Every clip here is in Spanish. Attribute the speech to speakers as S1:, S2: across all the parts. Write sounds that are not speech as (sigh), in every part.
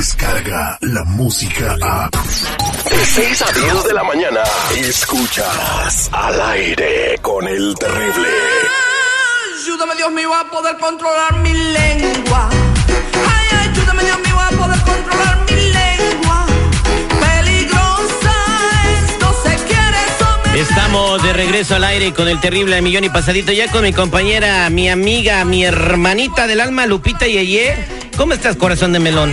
S1: Escucha la música a.
S2: De 6 a 10 de la mañana. Escuchas al aire con el terrible.
S3: Ayúdame Dios mío a poder controlar mi lengua. Ay, ayúdame Dios mío a poder controlar mi lengua. Peligrosa es, no se quiere someter.
S4: Estamos de regreso al aire con el terrible al millón y pasadito ya con mi compañera, mi amiga, mi hermanita del alma, Lupita Yeye. ¿Cómo estás, corazón de melón?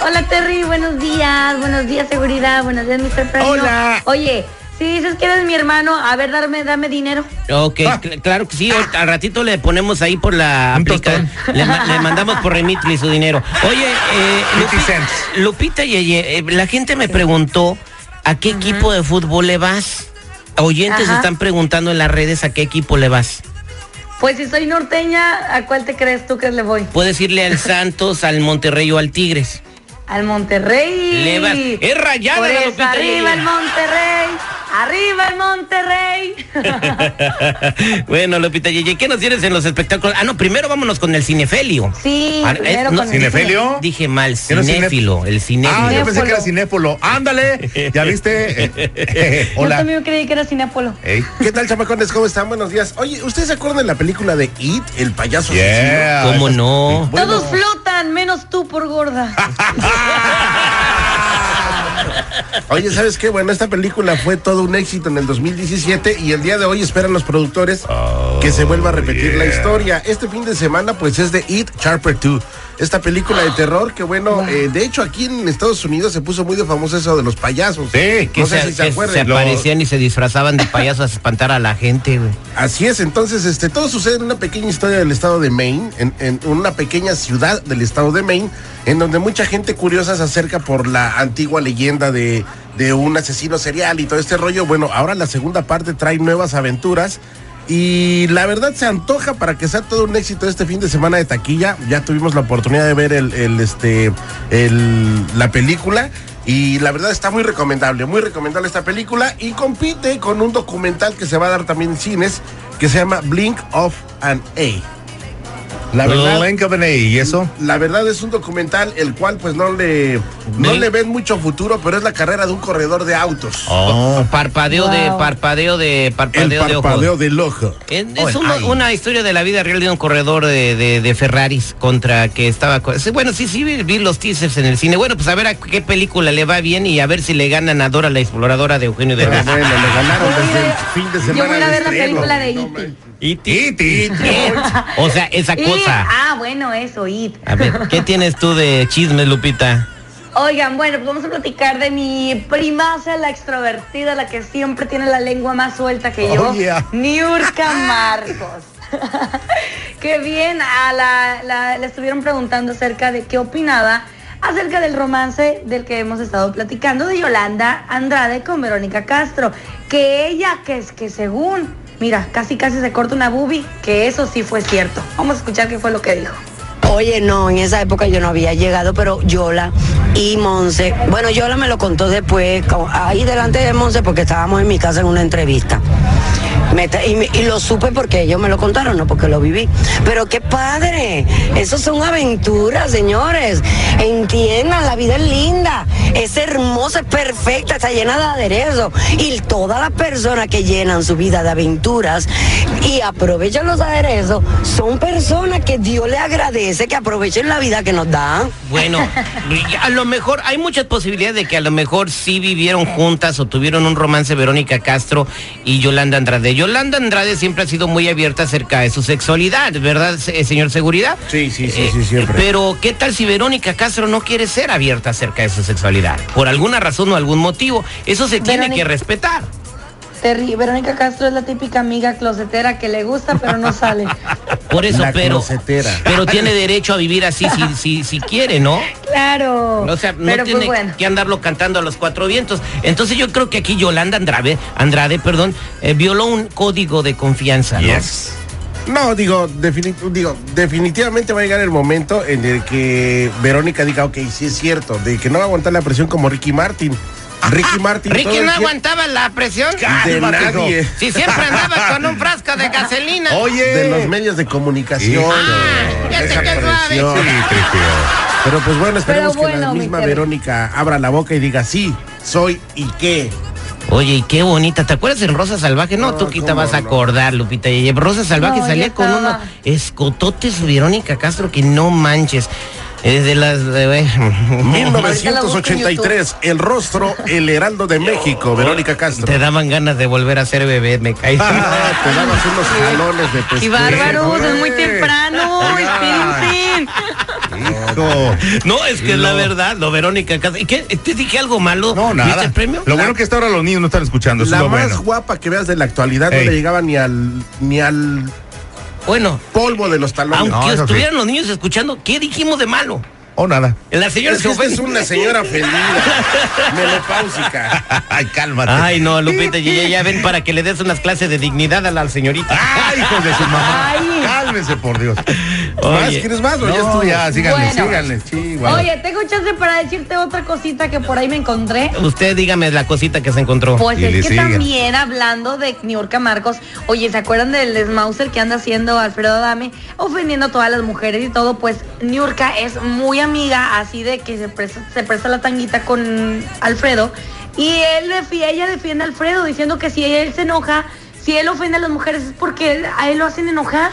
S5: Hola Terry, buenos días, buenos días seguridad, buenos días Mr. Premio.
S4: Hola.
S5: Oye, si dices que eres mi hermano, a ver, darme, dame dinero.
S4: Ok, cl- claro que sí, ahorita- al ratito le ponemos ahí por la
S6: Ah. Un
S4: aplica-
S6: tostón.
S4: le, ma- le mandamos por Remitly su dinero. Oye, eh,
S6: 50
S4: Lupi-
S6: cents.
S4: Lupita Yeye, eh, la gente me preguntó a qué equipo de fútbol le vas. Oyentes
S5: Ajá.
S4: están preguntando en las redes a qué equipo le vas.
S5: Pues si soy norteña, ¿a cuál te crees tú que le voy?
S4: Puedes irle al Santos, al Monterrey o al Tigres.
S5: Al Monterrey.
S4: Le vas- es rayada
S5: Por
S4: la
S5: eso,
S4: Lupita
S5: arriba
S4: Yeye.
S5: el Monterrey, arriba el
S4: (laughs)
S5: Monterrey.
S4: bueno, Lupita Yeye, ¿qué nos tienes en los espectáculos? Ah, no, primero vámonos con el cinefelio.
S5: sí,
S4: Ah, eh,
S5: primero
S4: no,
S5: con el
S6: ¿Cinefelio?
S4: Dije mal,
S6: ¿Qué no es cine-
S4: cinéfilo, el
S6: Ah, yo
S4: cinéfilo.
S6: pensé que era cinéfolo. Ándale, ya viste. Eh, eh,
S5: Yo
S6: Hola.
S5: también creí que era Cinéfalo.
S6: Ey.
S7: ¿Qué tal, chamacones? ¿Cómo están? Buenos días. Oye, ¿ustedes se acuerdan de la película de It, el payaso asesino?
S6: Yeah. (laughs)
S4: ¿Cómo no?
S6: Bueno.
S5: Todos flotan, menos tú por gorda.
S4: Ah,
S7: Oye, ¿sabes qué? Bueno, esta película fue todo un éxito en el 2017 y el día de hoy esperan los productores que se vuelva a repetir
S4: Oh,
S7: la historia. Este fin de semana, pues, es de It Sharper 2. Esta película de terror que, bueno, eh, de hecho, aquí en Estados Unidos se puso muy de famoso eso de los payasos.
S6: Sí,
S4: Que
S7: no sé
S4: se,
S7: si
S4: que
S7: se
S4: se
S7: acuerdan.
S4: aparecían y se disfrazaban de payasos a espantar a la gente, güey.
S7: Así es, entonces este todo sucede en una pequeña historia del estado de Maine, en, en una pequeña ciudad del estado de Maine, en donde mucha gente curiosa se acerca por la antigua leyenda de, de un asesino serial y todo este rollo. Bueno, ahora la segunda parte trae nuevas aventuras y la verdad se antoja para que sea todo un éxito este fin de semana de taquilla. Ya tuvimos la oportunidad de ver el, el, este el- la película y la verdad está muy recomendable, muy recomendable esta película y compite con un documental que se va a dar también en cines que se llama Blink of an A. La verdad,
S6: Blanca Benet, ¿Y eso?
S7: la verdad es un documental el cual pues no le no
S4: Blink.
S7: le ven mucho futuro, pero es la carrera de un corredor de autos.
S6: Oh.
S4: Parpadeo de,
S5: Wow.
S4: parpadeo de,
S7: el
S4: parpadeo de
S7: parpadeo
S4: ojos.
S7: del ojo.
S4: Es, es
S6: Oh,
S4: una,
S6: ay.
S4: una historia de la vida real de un corredor de, de- de Ferraris contra que estaba... co- sí, Bueno, sí, sí, vi, vi los teasers en el cine. Bueno, pues a ver a qué película le va bien y a ver si le ganan a Dora la exploradora de Eugenio (laughs)
S7: Pero
S4: Derbez.
S7: bueno, le ganaron desde el
S5: Oye,
S7: fin de
S5: Yo
S7: semana.
S5: voy a ir a ver
S7: de
S5: la
S7: estreno.
S5: película de E
S7: No,
S5: E.T.
S4: E
S6: Iti.
S4: O sea, esa
S5: It,
S4: cosa.
S5: Ah, bueno, eso, It.
S4: A ver, ¿qué tienes tú de chismes, Lupita?
S5: Oigan, bueno, pues vamos a platicar de mi primaza, la extrovertida, la que siempre tiene la lengua más suelta que yo,
S6: Oh, yeah.
S5: Niurka Marcos. (laughs) Qué bien, a la, la- le estuvieron preguntando acerca de qué opinaba acerca del romance del que hemos estado platicando de Yolanda Andrade con Verónica Castro, que ella, que es que según, mira, casi casi se corta una bubi, que eso sí fue cierto. Vamos a escuchar qué fue lo que dijo.
S8: Oye, no, en esa época yo no había llegado, pero Yola y Monse. Bueno, Yola me lo contó después, co- ahí delante de Monse, porque estábamos en mi casa en una entrevista. Me está- y, me- y lo supe porque ellos me lo contaron, no porque lo viví. Pero qué padre, eso son aventuras, señores. Entiendan, la vida es linda, es hermosa, es perfecta, está llena de aderezos. Y todas las personas que llenan su vida de aventuras y aprovechan los aderezos son personas que Dios le agradece que aprovechen la vida que nos dan.
S4: Bueno, a lo mejor hay muchas posibilidades de que a lo mejor sí vivieron juntas o tuvieron un romance Verónica Castro y Yolanda Andrade. Yolanda Andrade siempre ha sido muy abierta acerca de su sexualidad, ¿verdad, se- eh, señor Seguridad? Eh,
S7: Sí, sí, sí, sí, siempre.
S4: Pero ¿qué tal si Verónica Castro no quiere ser abierta acerca de su sexualidad? Por alguna razón o algún motivo, eso se tiene
S5: Verónica-
S4: que respetar.
S5: Terry, Verónica Castro es la típica amiga closetera que le gusta pero no sale.
S4: (laughs) Por eso,
S7: La
S4: pero,
S7: closetera.
S4: pero tiene derecho a vivir así si, si, si quiere, ¿no?
S5: Claro.
S4: O sea, no
S5: pero
S4: tiene
S5: pues bueno.
S4: que andarlo cantando a los cuatro vientos. Entonces yo creo que aquí Yolanda Andrade, Andrade, perdón, eh, violó un código de confianza, ¿no?
S6: Yes.
S7: No, digo, defini- digo, definitivamente va a llegar el momento en el que Verónica diga, ok, sí es cierto, de que no va a aguantar la presión como Ricky Martin. Ricky Martin. todo
S4: Ah, Ricky
S7: el
S4: no
S7: tiempo-
S4: aguantaba la presión.
S7: De
S6: Cálmate,
S7: nadie.
S4: Si siempre andaba
S7: (laughs)
S4: con un frasco de gasolina.
S6: Oye.
S7: De los medios de comunicación.
S6: Híjole.
S4: Ah, ya te
S7: esa
S4: quedó a ver.
S7: presión.
S6: Sí, Tripio.
S7: Pero pues bueno, esperemos
S5: Pero
S7: que la
S5: bueno, mi
S7: misma
S5: Terry.
S7: Verónica abra la boca y diga, sí, soy y qué.
S4: Oye, y qué bonita. ¿Te acuerdas en Rosa Salvaje? No, tú quita
S7: cómo
S4: vas a
S7: no.
S4: acordar, Lupita. Yeye. Rosa Salvaje
S5: No, ya
S4: salía con
S5: estaba.
S4: unos escototes Verónica Castro que no manches. Desde las... eh, (laughs)
S5: Ahorita la busco en
S7: 1983, el rostro, el heraldo de México, Verónica Castro.
S4: te daban ganas de volver a ser bebé, me
S5: (laughs)
S4: caí.
S7: (laughs) Ah, te dabas unos jalones de
S5: ¡Qué
S7: pescuezo,
S5: bárbaros!
S7: güey.
S5: ¡Es muy temprano!
S7: Oiga.
S5: ¡Espérense!
S6: No,
S4: No, es que es la verdad, lo Verónica Castro. ¿Y qué? ¿Te dije algo malo?
S6: no,
S4: ¿Viste
S6: nada.
S4: el premio?
S6: Lo bueno que hasta ahora los niños no están escuchando. Eso es
S7: La
S6: lo
S7: más
S6: bueno.
S7: guapa que veas de la actualidad
S6: Ey.
S7: no le llegaba ni al ni al
S4: Bueno,
S7: polvo de los talones.
S4: aunque
S6: no, eso sí.
S4: estuvieran los niños escuchando, ¿qué dijimos de malo?
S6: O Oh, nada.
S4: La señora
S7: Es que
S4: se
S6: este
S7: esta
S4: ofende.
S7: es una señora
S6: (laughs)
S7: ofendida, menopáusica.
S6: Ay, cálmate.
S4: Ay, no, Lupita, ya, ya ven para que le des unas clases de dignidad a la señorita.
S6: Ay, hijos de su mamá.
S5: Ay.
S6: Cálmese, por Dios.
S7: ¿Más?
S4: Oye.
S7: ¿Quieres más? o
S6: No,
S7: ya estuvo?
S6: ya, síganle,
S5: Bueno.
S6: síganle. Sí, bueno.
S5: Oye, tengo chance para decirte otra cosita que por ahí me encontré.
S4: Usted dígame la cosita que se encontró.
S5: Pues
S6: Y le
S5: es que
S6: siguen.
S5: también hablando de Niurka Marcos, oye, ¿se acuerdan del desmauser que anda haciendo Alfredo Adame? Ofendiendo a todas las mujeres y todo, pues Niurka es muy amiga, así de que se presta, se presta la tanguita con Alfredo. Y él, defi- ella defiende a Alfredo diciendo que si él se enoja, si él ofende a las mujeres es porque él- a él lo hacen enojar.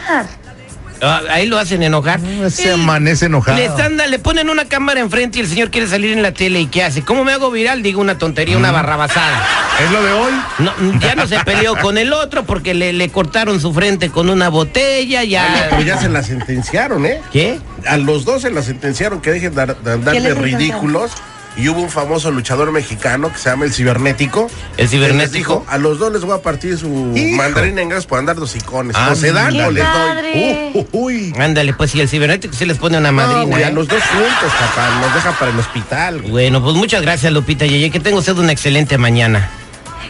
S4: Ah, ahí lo hacen enojar.
S6: Se amanece enojado.
S4: Le, están, da- le ponen una cámara enfrente y el señor quiere salir en la tele. ¿Y qué hace? ¿Cómo me hago viral? Digo una tontería,
S6: Mm.
S4: una barrabasada.
S6: ¿Es lo de hoy?
S4: No, ya no se peleó con el otro porque le, le cortaron su frente con una botella.
S7: Ah,
S4: Ya.
S7: Pero ya se la sentenciaron, ¿eh?
S4: ¿qué?
S7: A los dos se la sentenciaron que dejen de, ar- de andar
S5: ¿Qué les
S7: de
S5: sentenciaron?
S7: ridículos. Y hubo un famoso luchador mexicano que se llama el Cibernético.
S4: El Cibernético.
S7: Él les dijo, a los dos les voy a partir su
S6: Hijo.
S7: mandarín en gas por andar dos icones.
S6: Ah,
S7: o se dan
S5: ¡Qué
S7: o les
S5: padre!
S7: doy. Uh, uh, uy.
S4: Ándale, pues si el cibernético se les pone una
S7: No,
S4: madrina.
S7: güey,
S4: ¿eh?
S7: a los dos juntos, papá. Nos deja para el hospital. güey.
S4: Bueno, pues muchas gracias, Lupita Yeye. Que tenga usted una excelente mañana.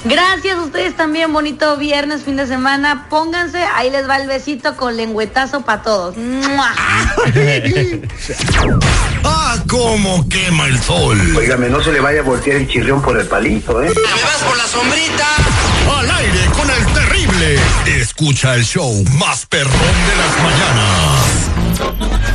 S5: Gracias a ustedes también, bonito viernes, fin de semana. Pónganse, ahí les va el besito con lengüetazo para todos. ¡Mua!
S1: Ah, cómo quema el sol.
S9: Óigame, no se le vaya a voltear el chirrión por el palito, ¿eh?
S3: Te me vas por la sombrita.
S1: Al aire con el terrible. Escucha el show más perrón de las mañanas.